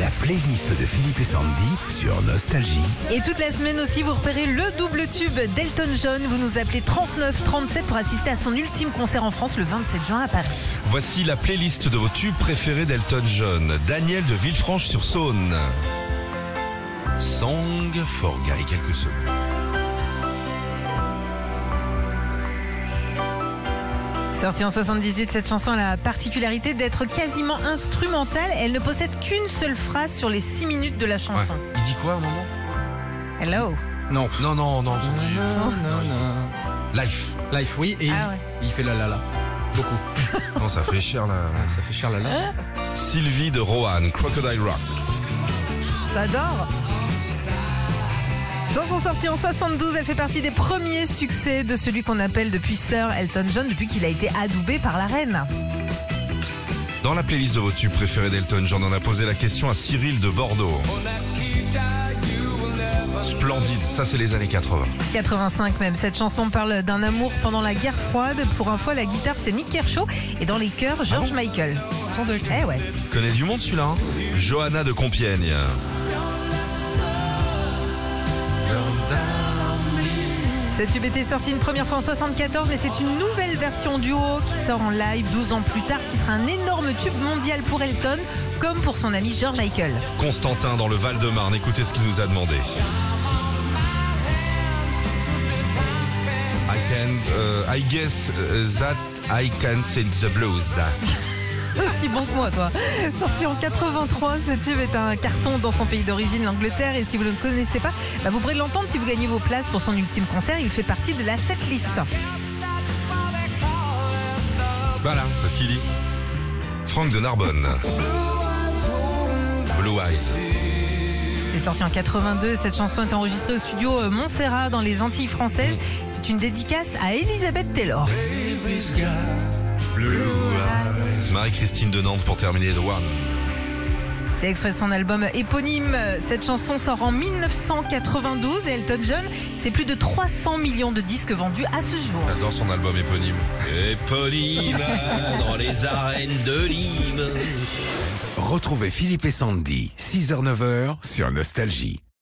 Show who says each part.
Speaker 1: La playlist de Philippe et Sandy sur Nostalgie.
Speaker 2: Et toute la semaine aussi, vous repérez le double tube d'Elton John. Vous nous appelez 39 37 pour assister à son ultime concert en France le 27 juin à Paris.
Speaker 3: Voici la playlist de vos tubes préférés d'Elton John. Daniel de Villefranche-sur-Saône. Song for Guy, quelques secondes.
Speaker 2: Sortie en 78, cette chanson a la particularité d'être quasiment instrumentale. Elle ne possède qu'une seule phrase sur les 6 minutes de la chanson.
Speaker 3: Il dit quoi à un moment
Speaker 2: Hello.
Speaker 4: Non.
Speaker 3: Non, non, non.
Speaker 4: non.
Speaker 3: Life.
Speaker 4: Life, oui, et
Speaker 2: Ah ouais.
Speaker 4: il, il fait la la la. Beaucoup.
Speaker 3: Non, ça fait cher là.
Speaker 4: Ah, ça fait cher la la.
Speaker 3: Sylvie de Rohan, Crocodile Rock.
Speaker 2: J'adore. Chanson sortie en 72, elle fait partie des premiers succès de celui qu'on appelle depuis Sir Elton John, depuis qu'il a été adoubé par la reine.
Speaker 3: Dans la playlist de vos tubes préférés d'Elton John, on a posé la question à Cyril de Bordeaux. Splendide, ça c'est les années 80.
Speaker 2: 85 même, cette chanson parle d'un amour pendant la guerre froide. Pour info, la guitare c'est Nick Kershaw et dans les chœurs, George Michael. Eh ouais.
Speaker 3: Connais du monde celui-là hein Johanna de Compiègne.
Speaker 2: Cette tube était sortie une première fois en 74, mais c'est une nouvelle version duo qui sort en live 12 ans plus tard, qui sera un énorme tube mondial pour Elton, comme pour son ami George Michael.
Speaker 3: Constantin dans le Val-de-Marne, écoutez ce qu'il nous a demandé. I can, euh, I guess euh, that I can sing the blues.
Speaker 2: Aussi bon que moi, toi. Sorti en 83, ce tube est un carton dans son pays d'origine, l'Angleterre. Et si vous ne le connaissez pas, bah, vous pourrez l'entendre si vous gagnez vos places pour son ultime concert. Il fait partie de la setlist.
Speaker 3: Voilà, c'est ce qu'il dit. Franck de Narbonne. Blue Eyes.
Speaker 2: C'est sorti en 82. Cette chanson est enregistrée au studio euh, Montserrat dans les Antilles françaises. C'est une dédicace à Elisabeth Taylor.
Speaker 3: Blue Eyes. Marie-Christine de Nantes pour terminer The One.
Speaker 2: C'est extrait de son album éponyme. Cette chanson sort en 1992 et Elton John, c'est plus de 300 millions de disques vendus à ce jour.
Speaker 3: J'adore son album éponyme. Éponyme dans les arènes de Nîmes.
Speaker 1: Retrouvez Philippe et Sandy, 6h-9h sur Nostalgie.